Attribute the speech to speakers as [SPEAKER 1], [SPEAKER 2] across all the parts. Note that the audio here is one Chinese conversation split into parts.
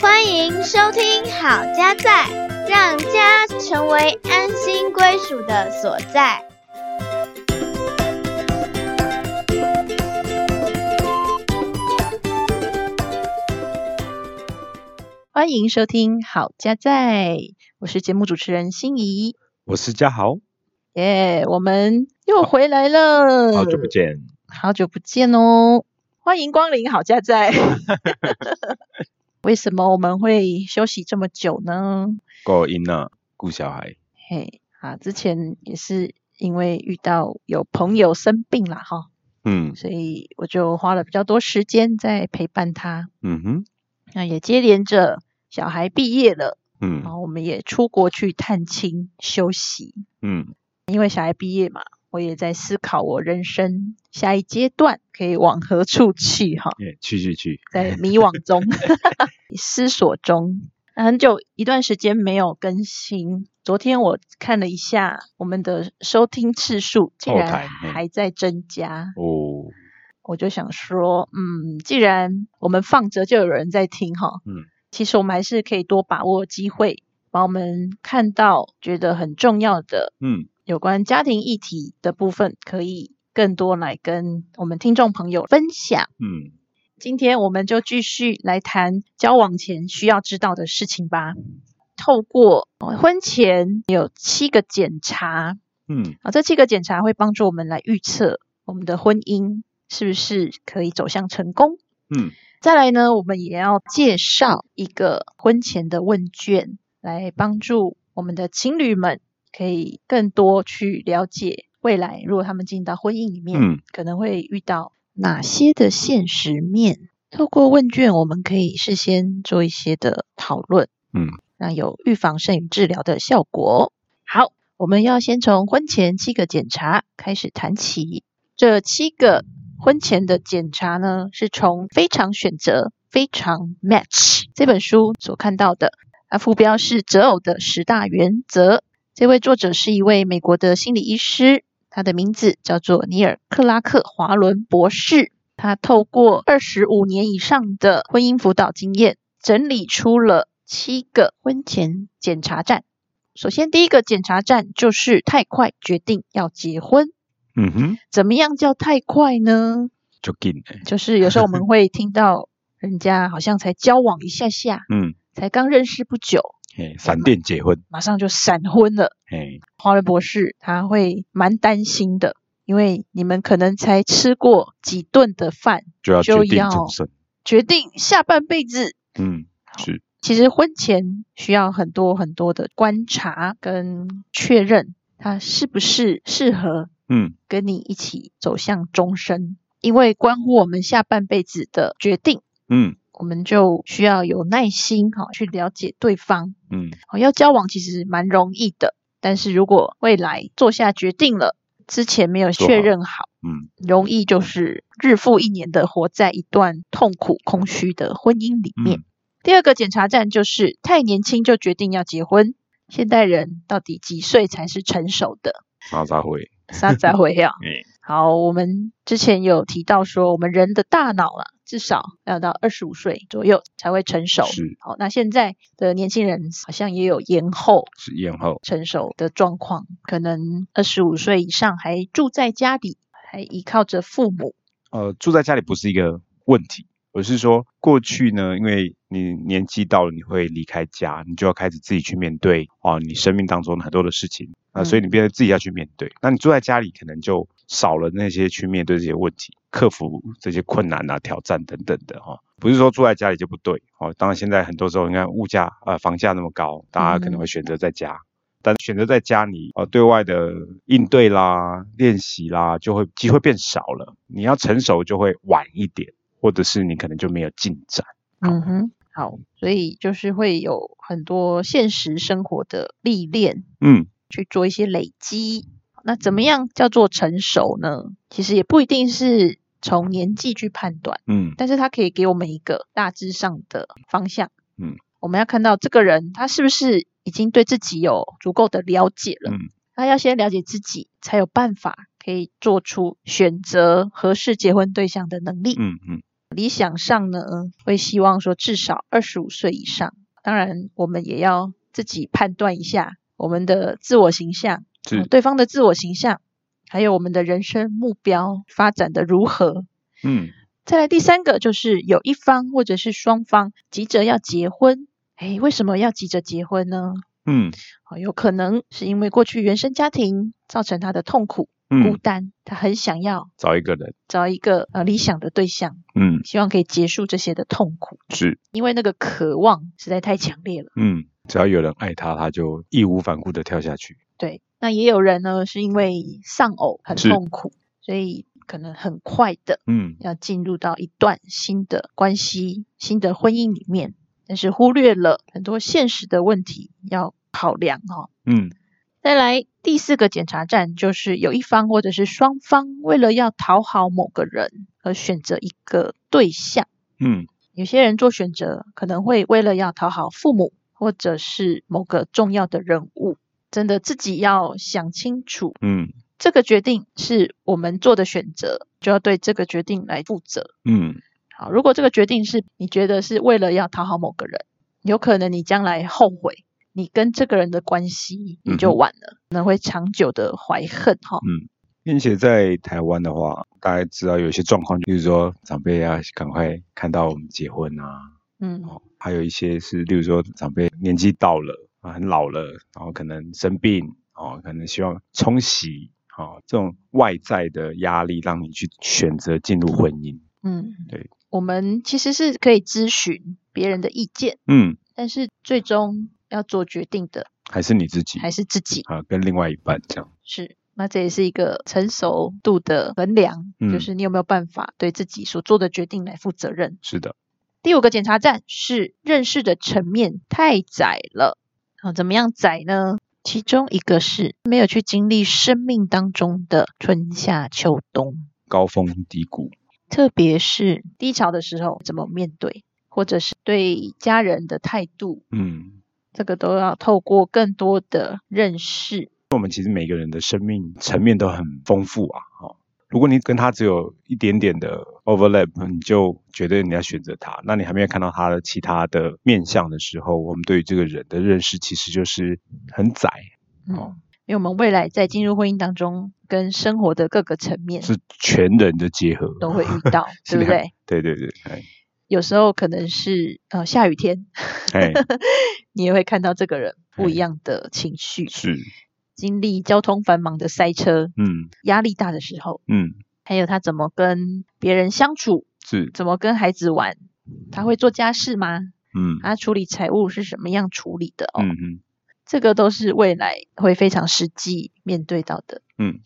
[SPEAKER 1] 欢迎收听好家在，让家成为安心归属的所在。
[SPEAKER 2] 欢迎收听《好家在》，我是节目主持人心怡。
[SPEAKER 3] 我是嘉豪，
[SPEAKER 2] 耶、我们又回来了，
[SPEAKER 3] 好久不见。
[SPEAKER 2] 好久不见哦！欢迎光临好家在。 为什么我们会休息这么久呢？
[SPEAKER 3] 够音了，顾小孩，
[SPEAKER 2] 嘿，啊，之前也是因为遇到有朋友生病啦，哈，
[SPEAKER 3] 嗯
[SPEAKER 2] 所以我就花了比较多时间在陪伴他。
[SPEAKER 3] 嗯哼，
[SPEAKER 2] 那也接连着小孩毕业了，然
[SPEAKER 3] 嗯
[SPEAKER 2] 后我们也出国去探亲休息。
[SPEAKER 3] 嗯
[SPEAKER 2] 因为小孩毕业嘛，我也在思考我人生下一阶段可以往何处去哈，
[SPEAKER 3] 耶，哎去去去，
[SPEAKER 2] 在迷惘中、 思索中，很久一段时间没有更新。昨天我看了一下我们的收听次数，竟
[SPEAKER 3] 后
[SPEAKER 2] 然
[SPEAKER 3] 台嗯嘿
[SPEAKER 2] 还在增加，
[SPEAKER 3] 哦，
[SPEAKER 2] 我就想说，嗯，既然我们放着就有人在听哈，
[SPEAKER 3] 嗯，
[SPEAKER 2] 其实我们还是可以多把握机会，把我们看到觉得很重要的
[SPEAKER 3] 嗯
[SPEAKER 2] 有关家庭议题的部分，可以更多来跟我们听众朋友分享。
[SPEAKER 3] 嗯，
[SPEAKER 2] 今天我们就继续来谈交往前需要知道的事情吧。透过呃婚前有七个检查
[SPEAKER 3] 嗯
[SPEAKER 2] 啊，这七个检查会帮助我们来预测我们的婚姻是不是可以走向成功。
[SPEAKER 3] 嗯
[SPEAKER 2] 再来呢，我们也要介绍一个婚前的问卷，来帮助我们的情侣们可以更多去了解未来，如果他们进到婚姻里面，
[SPEAKER 3] 嗯
[SPEAKER 2] 可能会遇到哪些的现实面。透过问卷，我们可以事先做一些的讨论，
[SPEAKER 3] 嗯，
[SPEAKER 2] 那有预防胜于治疗的效果。好，我们要先从婚前七个检查开始谈起。这七个婚前的检查呢，是从《非常选择》《非常 Match》这本书所看到的。啊，副标是“择偶的十大原则”。这位作者是一位美国的心理医师，他的名字叫做尼尔·克拉克·华伦博士。他透过二十五年以上的婚姻辅导经验，整理出了七个婚前检查站。首先，第一个检查站就是太快决定要结婚。
[SPEAKER 3] 嗯哼，
[SPEAKER 2] 怎么样叫太快呢？
[SPEAKER 3] 就近欸
[SPEAKER 2] 就是有时候我们会听到人家好像才交往一下下，
[SPEAKER 3] 嗯，
[SPEAKER 2] 才刚认识不久，
[SPEAKER 3] 嘿，闪电结婚，
[SPEAKER 2] 马上就闪婚了。
[SPEAKER 3] 嘿，
[SPEAKER 2] 华伦博士他会蛮担心的，因为你们可能才吃过几顿的饭，
[SPEAKER 3] 就要
[SPEAKER 2] 就
[SPEAKER 3] 决定
[SPEAKER 2] 要
[SPEAKER 3] 终身，
[SPEAKER 2] 决定下半辈子。
[SPEAKER 3] 嗯，是，
[SPEAKER 2] 其实婚前需要很多很多的观察跟确认，他是不是适合
[SPEAKER 3] 嗯
[SPEAKER 2] 跟你一起走向终身，因为关乎我们下半辈子的决定，
[SPEAKER 3] 嗯
[SPEAKER 2] 我们就需要有耐心哈、去了解对方。
[SPEAKER 3] 嗯
[SPEAKER 2] 哦，要交往其实蛮容易的，但是如果未来做下决定了，之前没有
[SPEAKER 3] 做
[SPEAKER 2] 确
[SPEAKER 3] 好
[SPEAKER 2] 认好，
[SPEAKER 3] 嗯
[SPEAKER 2] 容易就是日复一年的活在一段痛苦空虚的婚姻里面。
[SPEAKER 3] 嗯
[SPEAKER 2] 第二个检查站就是太年轻就决定要结婚，现代人到底几岁才是成熟的？
[SPEAKER 3] 啥啥会，
[SPEAKER 2] 啥才会 要？
[SPEAKER 3] 哎，
[SPEAKER 2] 好，我们之前有提到说，我们人的大脑啊，至少要到二十五岁左右才会成熟。
[SPEAKER 3] 是
[SPEAKER 2] 好，那现在的年轻人好像也有延后
[SPEAKER 3] 是验后，
[SPEAKER 2] 成熟的状况，可能二十五岁以上还住在家里，还依靠着父母。
[SPEAKER 3] 呃，住在家里不是一个问题，而是说过去呢，因为你年纪到了，你会离开家，你就要开始自己去面对哦，你生命当中很多的事情啊、
[SPEAKER 2] 嗯
[SPEAKER 3] 所以你变得自己要去面对。那你住在家里，可能就少了那些去面对这些问题、克服这些困难啊、挑战等等的哈、哦。不是说住在家里就不对哦，当然现在很多时候你看物价啊、呃房价那么高，大家可能会选择在家。但选择在家里，呃，对外的应对啦、练习啦，就会机会变少了。你要成熟就会晚一点，或者是你可能就没有进展。
[SPEAKER 2] 嗯哼，好，所以就是会有很多现实生活的历练，
[SPEAKER 3] 嗯
[SPEAKER 2] 去做一些累积。那怎么样叫做成熟呢？其实也不一定是从年纪去判断。
[SPEAKER 3] 嗯
[SPEAKER 2] 但是它可以给我们一个大致上的方向。
[SPEAKER 3] 嗯，
[SPEAKER 2] 我们要看到这个人他是不是已经对自己有足够的了解了。
[SPEAKER 3] 嗯，
[SPEAKER 2] 他要先了解自己，才有办法可可以做出选择合适结婚对象的能力。
[SPEAKER 3] 嗯嗯，
[SPEAKER 2] 理想上呢，会希望说至少二十五岁以上。当然，我们也要自己判断一下我们的自我形象，
[SPEAKER 3] 是
[SPEAKER 2] 呃对方的自我形象，还有我们的人生目标发展的如何。
[SPEAKER 3] 嗯
[SPEAKER 2] 再来第三个就是有一方或者是双方急着要结婚，哎，为什么要急着结婚呢？
[SPEAKER 3] 嗯
[SPEAKER 2] 哦，有可能是因为过去原生家庭造成他的痛苦、孤
[SPEAKER 3] 嗯，
[SPEAKER 2] 单，他很想要
[SPEAKER 3] 找一个人，
[SPEAKER 2] 找一个呃理想的对象，
[SPEAKER 3] 嗯
[SPEAKER 2] 希望可以结束这些的痛苦，
[SPEAKER 3] 是，
[SPEAKER 2] 因为那个渴望实在太强烈了。
[SPEAKER 3] 嗯，只要有人爱他，他就义无反顾的跳下去。
[SPEAKER 2] 对，那也有人呢是因为丧偶很
[SPEAKER 3] 是
[SPEAKER 2] 痛苦，所以可能很快的
[SPEAKER 3] 嗯
[SPEAKER 2] 要进入到一段新的关系、新的婚姻里面，但是忽略了很多现实的问题要考量哦。
[SPEAKER 3] 嗯
[SPEAKER 2] 再来第四个检查站，就是有一方或者是双方为了要讨好某个人而选择一个对象。
[SPEAKER 3] 嗯
[SPEAKER 2] 有些人做选择可能会为了要讨好父母或者是某个重要的人物，真的自己要想清楚，
[SPEAKER 3] 嗯
[SPEAKER 2] 这个决定是我们做的选择，就要对这个决定来负责。
[SPEAKER 3] 嗯
[SPEAKER 2] 好，如果这个决定是你觉得是为了要讨好某个人，有可能你将来后悔，你跟这个人的关系你
[SPEAKER 3] 嗯
[SPEAKER 2] 就
[SPEAKER 3] 哼
[SPEAKER 2] 晚了，可能会长久的怀恨哈、
[SPEAKER 3] 嗯，并且在台湾的话，大家知道有一些状况，就是说长辈啊，赶快看到我们结婚啊，
[SPEAKER 2] 嗯，
[SPEAKER 3] 哦，还有一些是，例如说长辈年纪到了啊，很老了，然后可能生病哦，可能希望冲洗哦，这种外在的压力让你去选择进入婚姻。
[SPEAKER 2] 嗯，
[SPEAKER 3] 对，
[SPEAKER 2] 我们其实是可以咨询别人的意见，
[SPEAKER 3] 嗯，
[SPEAKER 2] 但是最终要做决定的
[SPEAKER 3] 还是你自己
[SPEAKER 2] 还是自己。
[SPEAKER 3] 啊，跟另外一半这样。
[SPEAKER 2] 是，那这也是一个成熟度的衡量，
[SPEAKER 3] 嗯
[SPEAKER 2] 就是你有没有办法对自己所做的决定来负责任。
[SPEAKER 3] 是的，
[SPEAKER 2] 第五个检查站是认识的层面太窄了。啊，怎么样窄呢？其中一个是没有去经历生命当中的春夏秋冬，
[SPEAKER 3] 高峰低谷。
[SPEAKER 2] 特别是低潮的时候怎么面对，或者是对家人的态度，
[SPEAKER 3] 嗯，
[SPEAKER 2] 这个都要透过更多的认识。
[SPEAKER 3] 我们其实每个人的生命层面都很丰富啊。哦，如果你跟他只有一点点的 overlap，你就觉得你要选择他，那你还没有看到他的其他的面相的时候，我们对于这个人的认识其实就是很窄。
[SPEAKER 2] 嗯，
[SPEAKER 3] 哦
[SPEAKER 2] 因为我们未来在进入婚姻当中，跟生活的各个层面
[SPEAKER 3] 是全人的结合，
[SPEAKER 2] 都会遇到，
[SPEAKER 3] 是
[SPEAKER 2] 对不
[SPEAKER 3] 两
[SPEAKER 2] 对？？
[SPEAKER 3] 对对对，哎
[SPEAKER 2] 有时候可能是呃下雨天，
[SPEAKER 3] 哎
[SPEAKER 2] 你也会看到这个人不一
[SPEAKER 3] 嗯
[SPEAKER 2] 样的情绪，
[SPEAKER 3] 是，
[SPEAKER 2] 经历交通繁忙的塞车、
[SPEAKER 3] 嗯
[SPEAKER 2] 压力大的时候，
[SPEAKER 3] 嗯
[SPEAKER 2] 还有他怎么跟别人相处，
[SPEAKER 3] 是，
[SPEAKER 2] 怎么跟孩子玩，他会做家事吗？
[SPEAKER 3] 嗯
[SPEAKER 2] 他处理财务是什么样处理的哦？
[SPEAKER 3] 嗯嗯
[SPEAKER 2] 这个都是未来会非常实际面对到的。
[SPEAKER 3] 嗯，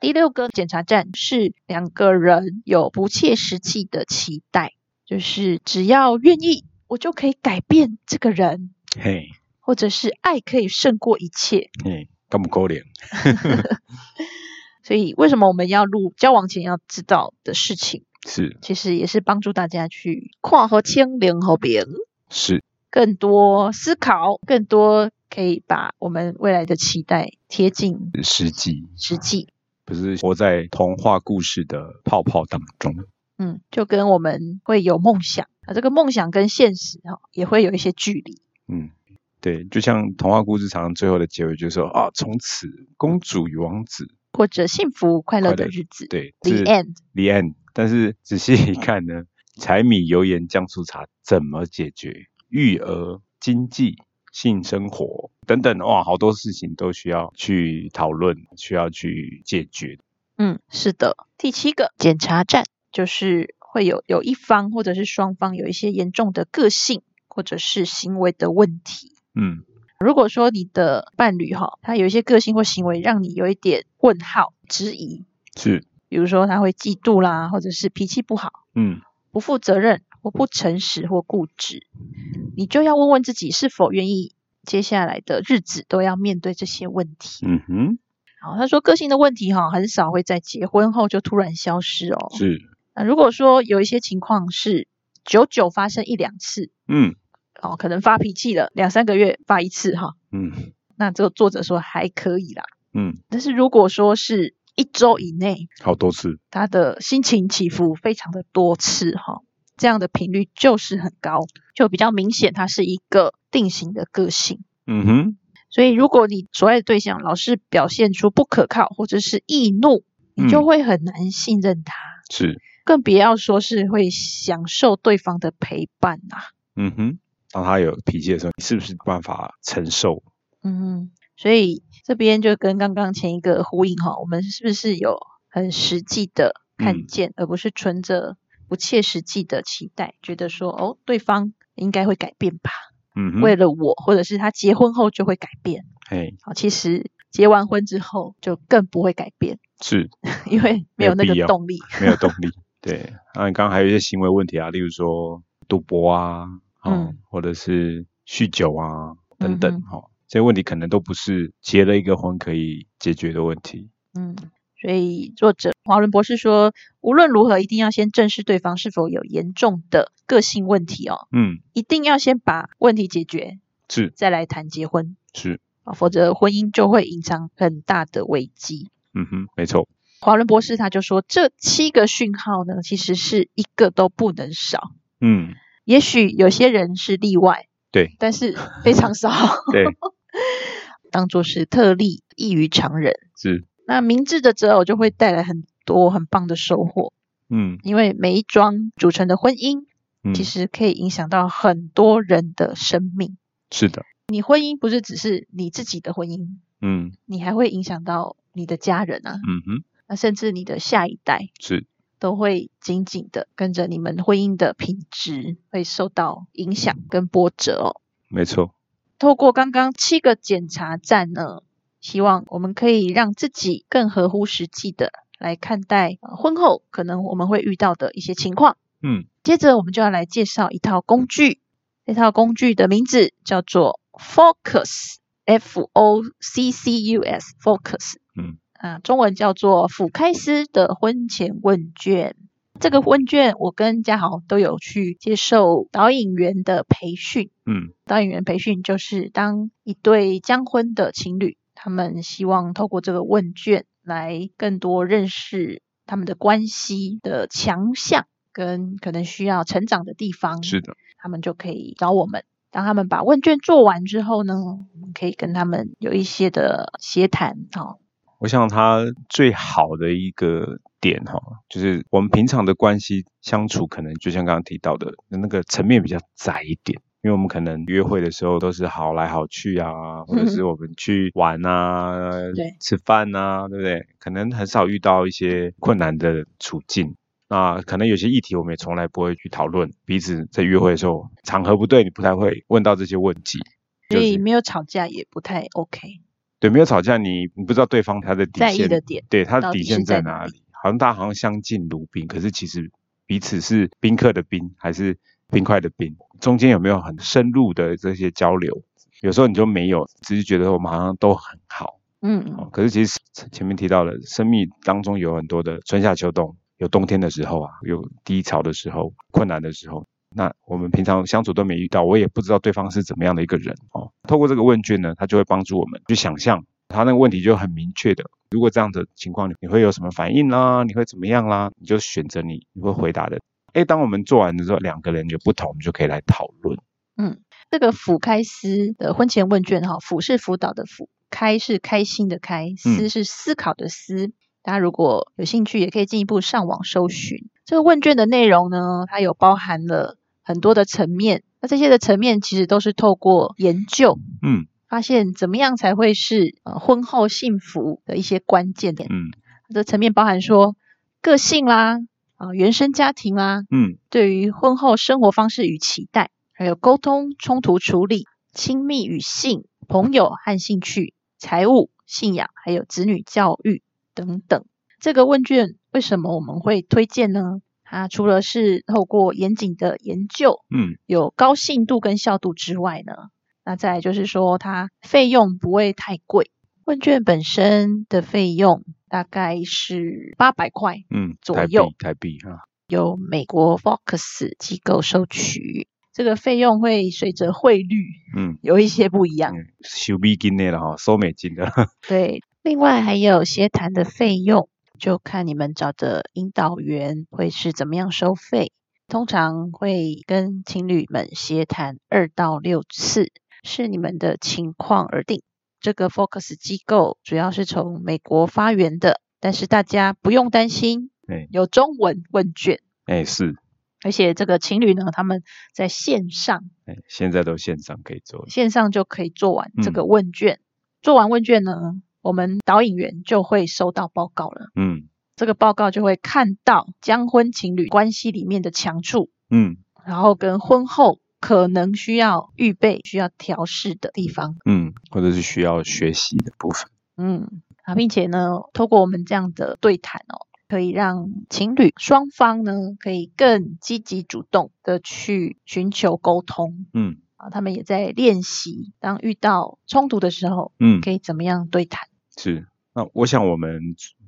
[SPEAKER 2] 第六个检查站是两个人有不切实际的期待，就是只要愿意，我就可以改变这个人，
[SPEAKER 3] 嘿
[SPEAKER 2] 或者是爱可以胜过一切。
[SPEAKER 3] 嘿，干不勾脸，
[SPEAKER 2] 所以，为什么我们要录交往前要知道的事情，
[SPEAKER 3] 是
[SPEAKER 2] 其实也是帮助大家去跨和清零和别人
[SPEAKER 3] 是，
[SPEAKER 2] 更多思考，更多可以把我们未来的期待贴近
[SPEAKER 3] 实际
[SPEAKER 2] 实际。
[SPEAKER 3] 不是活在童话故事的泡泡当中，
[SPEAKER 2] 嗯，就跟我们会有梦想啊，这个梦想跟现实哈、哦、也会有一些距离。
[SPEAKER 3] 嗯。对，就像童话故事常常最后的结尾就是说啊，从此公主与王子，
[SPEAKER 2] 或者幸福快乐
[SPEAKER 3] 快
[SPEAKER 2] 的
[SPEAKER 3] 乐
[SPEAKER 2] 日子。
[SPEAKER 3] 对，
[SPEAKER 2] ，The
[SPEAKER 3] 是
[SPEAKER 2] End。
[SPEAKER 3] The End。但是仔细一看呢，柴米油盐酱醋茶怎么解决？育儿、经济、性生活等等，哇，好多事情都需要去讨论，需要去解决。
[SPEAKER 2] 嗯，是的。第七个检查站就是会有有一方或者是双方有一些严重的个性或者是行为的问题。
[SPEAKER 3] 嗯
[SPEAKER 2] 如果说你的伴侣哈、他有一些个性或行为让你有一点问号、质疑，
[SPEAKER 3] 是，
[SPEAKER 2] 比如说他会嫉妒啦，或者是脾气不好、
[SPEAKER 3] 嗯
[SPEAKER 2] 不负责任或不诚实或固执，你就要问问自己是否愿意接下来的日子都要面对这些问题。
[SPEAKER 3] 嗯哼，
[SPEAKER 2] 好，他说个性的问题哈，很少会在结婚后就突然消失哦。
[SPEAKER 3] 是，
[SPEAKER 2] 那如果说有一些情况是久久发生一两次
[SPEAKER 3] 嗯
[SPEAKER 2] 哦，可能发脾气了两三个月发一次哈，
[SPEAKER 3] 嗯
[SPEAKER 2] 那这个作者说还可以啦。
[SPEAKER 3] 嗯
[SPEAKER 2] 但是如果说是一周以内，
[SPEAKER 3] 好多次，
[SPEAKER 2] 他的心情起伏非常的多次哈，这样的频率就是很高，就比较明显，它是一个定型的个性。
[SPEAKER 3] 嗯哼，
[SPEAKER 2] 所以，如果你所爱的对象老是表现出不可靠或者是易怒，你就
[SPEAKER 3] 嗯
[SPEAKER 2] 会很难信任他，
[SPEAKER 3] 是，
[SPEAKER 2] 更不要说是会享受对方的陪伴啊。
[SPEAKER 3] 嗯哼，当他有脾气的时候，你是不是办法承受？
[SPEAKER 2] 嗯，所以这边就跟刚刚前一个呼应哈，我们是不是有很实际的看
[SPEAKER 3] 嗯
[SPEAKER 2] 见，而不是存着不切实际的期待，觉得说哦，对方应该会改变吧，
[SPEAKER 3] 嗯哼，
[SPEAKER 2] 为了我，或者是他结婚后就会改变。
[SPEAKER 3] 哎，
[SPEAKER 2] 好，其实结完婚之后就更不会改变，
[SPEAKER 3] 是
[SPEAKER 2] 因为没
[SPEAKER 3] 没
[SPEAKER 2] 有
[SPEAKER 3] 有
[SPEAKER 2] 那
[SPEAKER 3] 必
[SPEAKER 2] 个
[SPEAKER 3] 要
[SPEAKER 2] 动力。
[SPEAKER 3] 没有动 力。对，那你刚刚还有一些行为问题啊，例如说赌博啊，哦，
[SPEAKER 2] 嗯
[SPEAKER 3] 或者是酗酒啊等等
[SPEAKER 2] 嗯，
[SPEAKER 3] 哦，这些问题可能都不是结了一个婚可以解决的问题。
[SPEAKER 2] 嗯，所以作者华伦博士说，无论如何一定要先正视对方是否有严重的个性问题哦，
[SPEAKER 3] 嗯，
[SPEAKER 2] 一定要先把问题解决，
[SPEAKER 3] 是
[SPEAKER 2] 再来谈结婚。
[SPEAKER 3] 是，
[SPEAKER 2] 啊，否则婚姻就会隐藏很大的危机。
[SPEAKER 3] 嗯哼，没错，
[SPEAKER 2] 华伦博士他就说，这七个讯号呢，其实是一个都不能少。
[SPEAKER 3] 嗯，
[SPEAKER 2] 也许有些人是例外，
[SPEAKER 3] 对
[SPEAKER 2] 但是非常 少，
[SPEAKER 3] 对，
[SPEAKER 2] 当做是特例，异于常人。
[SPEAKER 3] 是，
[SPEAKER 2] 那明智的择偶就会带来很多很棒的收获，
[SPEAKER 3] 嗯
[SPEAKER 2] 因为每一桩组成的婚姻，
[SPEAKER 3] 嗯，
[SPEAKER 2] 其实可以影响到很多人的生命。
[SPEAKER 3] 是的，
[SPEAKER 2] 你婚姻不是只是你自己的婚姻，
[SPEAKER 3] 嗯
[SPEAKER 2] 你还会影响到你的家人啊，
[SPEAKER 3] 嗯哼，
[SPEAKER 2] 那甚至你的下一代
[SPEAKER 3] 是，
[SPEAKER 2] 都会紧紧的跟着你们婚姻的品质会受到影响跟波折哦。
[SPEAKER 3] 没错，
[SPEAKER 2] 透过刚刚七个检查站呢，希望我们可以让自己更合乎实际的来看待、呃婚后可能我们会遇到的一些情况。
[SPEAKER 3] 嗯
[SPEAKER 2] 接着我们就要来介绍一套工具，这套工具的名字叫做 Focus。F O C C U S Focus，
[SPEAKER 3] 嗯
[SPEAKER 2] 啊，中文叫做甫开斯的婚前问卷。这个问卷我跟嘉豪都有去接受导引员的培训，
[SPEAKER 3] 嗯
[SPEAKER 2] 导引员培训就是当一对将婚的情侣，他们希望透过这个问卷来更多认识他们的关系的强项跟可能需要成长的地方。
[SPEAKER 3] 是的，
[SPEAKER 2] 他们就可以找我们。当他们把问卷做完之后呢，我们可以跟他们有一些的协谈哦。
[SPEAKER 3] 我想他最好的一个点哈，就是我们平常的关系相处，可能就像刚刚提到的那个层面比较窄一点。因为我们可能约会的时候都是好来好去啊，或者是我们去玩啊、
[SPEAKER 2] 对
[SPEAKER 3] 吃饭啊，对不对？可能很少遇到一些困难的处境。那可能有些议题我们也从来不会去讨论，彼此在约会的时候场合不对，你不太会问到这些问题。
[SPEAKER 2] 所
[SPEAKER 3] 就
[SPEAKER 2] 以
[SPEAKER 3] 是
[SPEAKER 2] 没有吵架也不太 OK，
[SPEAKER 3] 对，没有吵架，你你不知道对方他的底
[SPEAKER 2] 在意
[SPEAKER 3] 线
[SPEAKER 2] 的点
[SPEAKER 3] 对，它的
[SPEAKER 2] 到
[SPEAKER 3] 底
[SPEAKER 2] 底
[SPEAKER 3] 线
[SPEAKER 2] 是
[SPEAKER 3] 在
[SPEAKER 2] 在
[SPEAKER 3] 哪
[SPEAKER 2] 哪
[SPEAKER 3] 里？好像大家好像相敬如宾，可是其实彼此是宾客的宾，还是冰块的冰？中间有没有很深入的这些交流？有时候你就没有，只是觉得我们好像都很好。哦
[SPEAKER 2] 嗯，
[SPEAKER 3] 可是其实前面提到了，生命当中有很多的春夏秋冬，有冬天的时候啊，有低潮的时候，困难的时候。那我们平常相处都没遇到，我也不知道对方是怎么样的一个人哦。透过这个问卷呢，他就会帮助我们去想象他那个问题就很明确的。如果这样的情况，你会有什么反应啦？你会怎么样啦？你就选择你你会回答的。诶，当我们做完的时候，两个人有不同，我们就可以来讨论。
[SPEAKER 2] 这个辅开司的婚前问卷哈、辅是辅导的辅，开是开心的开，思是思考的思。大家如果有兴趣，也可以进一步上网搜寻这个问卷的内容呢，它有包含了很多的层面，那这些的层面其实都是透过研究
[SPEAKER 3] 嗯
[SPEAKER 2] 发现怎么样才会是呃婚后幸福的一些关键点。
[SPEAKER 3] 嗯
[SPEAKER 2] 这层面包含说个性啦、啊、原生家庭啦，
[SPEAKER 3] 嗯
[SPEAKER 2] 对于婚后生活方式与期待，还有沟通冲突处理、亲密与性、朋友和兴趣、财务、信仰，还有子女教育等等。这个问卷为什么我们会推荐呢？它除了是透过严谨的研究
[SPEAKER 3] 嗯，
[SPEAKER 2] 有高信度跟效度之外呢，那再来就是说它费用不会太贵。问卷本身的费用大概是八百块，
[SPEAKER 3] 嗯，
[SPEAKER 2] 左
[SPEAKER 3] 台币
[SPEAKER 2] 右
[SPEAKER 3] 台币啊，
[SPEAKER 2] 由美国 Fox 机构收取。这个费用会随着汇率
[SPEAKER 3] 嗯。
[SPEAKER 2] 有一些不一样。
[SPEAKER 3] 嗯，收美金的了哈，收美金的。
[SPEAKER 2] 对，另外还有协谈的费用，就看你们找的引导员会是怎么样收费。通常会跟情侣们协谈二到六次，视你们的情况而定。这个 Focus 机构主要是从美国发源的，但是大家不用担心
[SPEAKER 3] 对，
[SPEAKER 2] 有中文问卷，
[SPEAKER 3] 哎、是，
[SPEAKER 2] 而且这个情侣呢，他们在线上
[SPEAKER 3] 哎、现在都线上可以做了，
[SPEAKER 2] 线上就可以做完这个问卷。做完问卷呢，我们导引员就会收到报告了。
[SPEAKER 3] 嗯
[SPEAKER 2] 这个报告就会看到将婚情侣关系里面的强处，
[SPEAKER 3] 嗯
[SPEAKER 2] 然后跟婚后可能需要预备、需要调试的地方。
[SPEAKER 3] 嗯，或者是需要学习的部分，
[SPEAKER 2] 嗯，啊，并且呢，透过我们这样的对谈哦，可以让情侣双方呢可以更积极主动的去寻求沟通
[SPEAKER 3] 嗯
[SPEAKER 2] 啊，他们也在练习，当遇到冲突的时候，
[SPEAKER 3] 嗯，
[SPEAKER 2] 可以怎么样对谈？
[SPEAKER 3] 是。那我想我们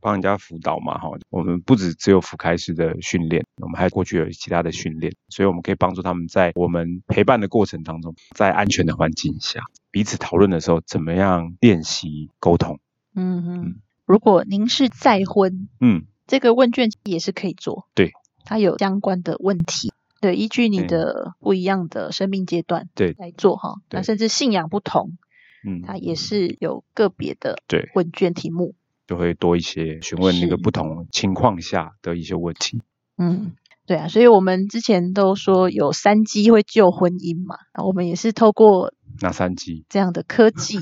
[SPEAKER 3] 帮人家辅导嘛，哈，我们不只只有辅开式的训练，我们还过去有其他的训练，所以我们可以帮助他们在我们陪伴的过程当中，在安全的环境下，彼此讨论的时候，怎么样练习沟通，
[SPEAKER 2] 嗯嗯
[SPEAKER 3] 嗯，
[SPEAKER 2] 如果您是再婚，
[SPEAKER 3] 嗯，
[SPEAKER 2] 这个问卷也是可以做，
[SPEAKER 3] 对，
[SPEAKER 2] 它有相关的问题，对，依据你
[SPEAKER 3] 对
[SPEAKER 2] 的不一样的生命阶段，
[SPEAKER 3] 对
[SPEAKER 2] 来做哈，
[SPEAKER 3] 对
[SPEAKER 2] 那甚至信仰不同，
[SPEAKER 3] 嗯，
[SPEAKER 2] 它也是有个别的
[SPEAKER 3] 对
[SPEAKER 2] 问卷题目，
[SPEAKER 3] 就会多一些询问那
[SPEAKER 2] 是
[SPEAKER 3] 个不同情况下的一些问题。
[SPEAKER 2] 嗯，对啊，所以我们之前都说有三机会救婚姻嘛，那我们也是透过
[SPEAKER 3] 那三季，
[SPEAKER 2] 这样的科技，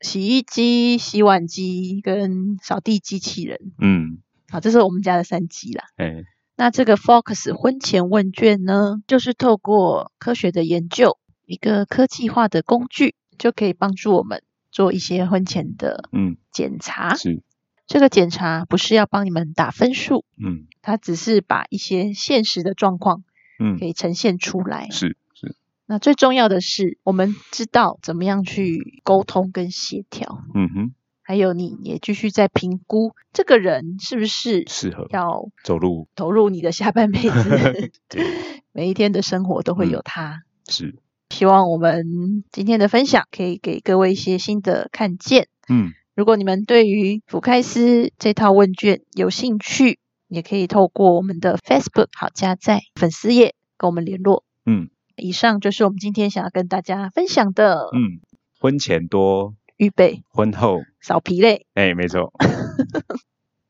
[SPEAKER 2] 洗衣机、洗碗机跟扫地机器人
[SPEAKER 3] 嗯，
[SPEAKER 2] 啊，这是我们家的三机啦。
[SPEAKER 3] 哎、
[SPEAKER 2] 那这个 Fox 婚前问卷呢，就是透过科学的研究，一个科技化的工具，就可以帮助我们做一些婚前的
[SPEAKER 3] 嗯，
[SPEAKER 2] 检查。
[SPEAKER 3] 是，
[SPEAKER 2] 这个检查不是要帮你们打分数，
[SPEAKER 3] 嗯
[SPEAKER 2] 它只是把一些现实的状况
[SPEAKER 3] 嗯
[SPEAKER 2] 给，呈现出来。
[SPEAKER 3] 是是，
[SPEAKER 2] 那最重要的是，我们知道怎么样去沟通跟协调，
[SPEAKER 3] 嗯哼，
[SPEAKER 2] 还有你也继续在评估这个人是不是
[SPEAKER 3] 适合
[SPEAKER 2] 要
[SPEAKER 3] 走路
[SPEAKER 2] 投入你的下半辈子
[SPEAKER 3] 对，
[SPEAKER 2] 每一天的生活都会
[SPEAKER 3] 嗯
[SPEAKER 2] 有它。
[SPEAKER 3] 是，
[SPEAKER 2] 希望我们今天的分享可以给各位一些新的看见。
[SPEAKER 3] 嗯
[SPEAKER 2] 如果你们对于福开斯这套问卷有兴趣，也可以透过我们的 Facebook 好家在粉丝页跟我们联络。
[SPEAKER 3] 嗯
[SPEAKER 2] 以上就是我们今天想要跟大家分享的
[SPEAKER 3] 嗯，婚前多，
[SPEAKER 2] 预备
[SPEAKER 3] 婚后，
[SPEAKER 2] 扫皮类。
[SPEAKER 3] 哎、没错，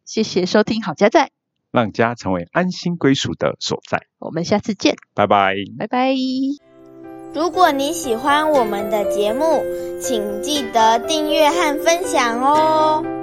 [SPEAKER 2] 谢谢收听好家在，
[SPEAKER 3] 让家成为安心归属的所在。
[SPEAKER 2] 我们下次见，
[SPEAKER 3] 拜拜。
[SPEAKER 2] 拜拜。
[SPEAKER 1] 如果你喜欢我们的节目，请记得订阅和分享哦。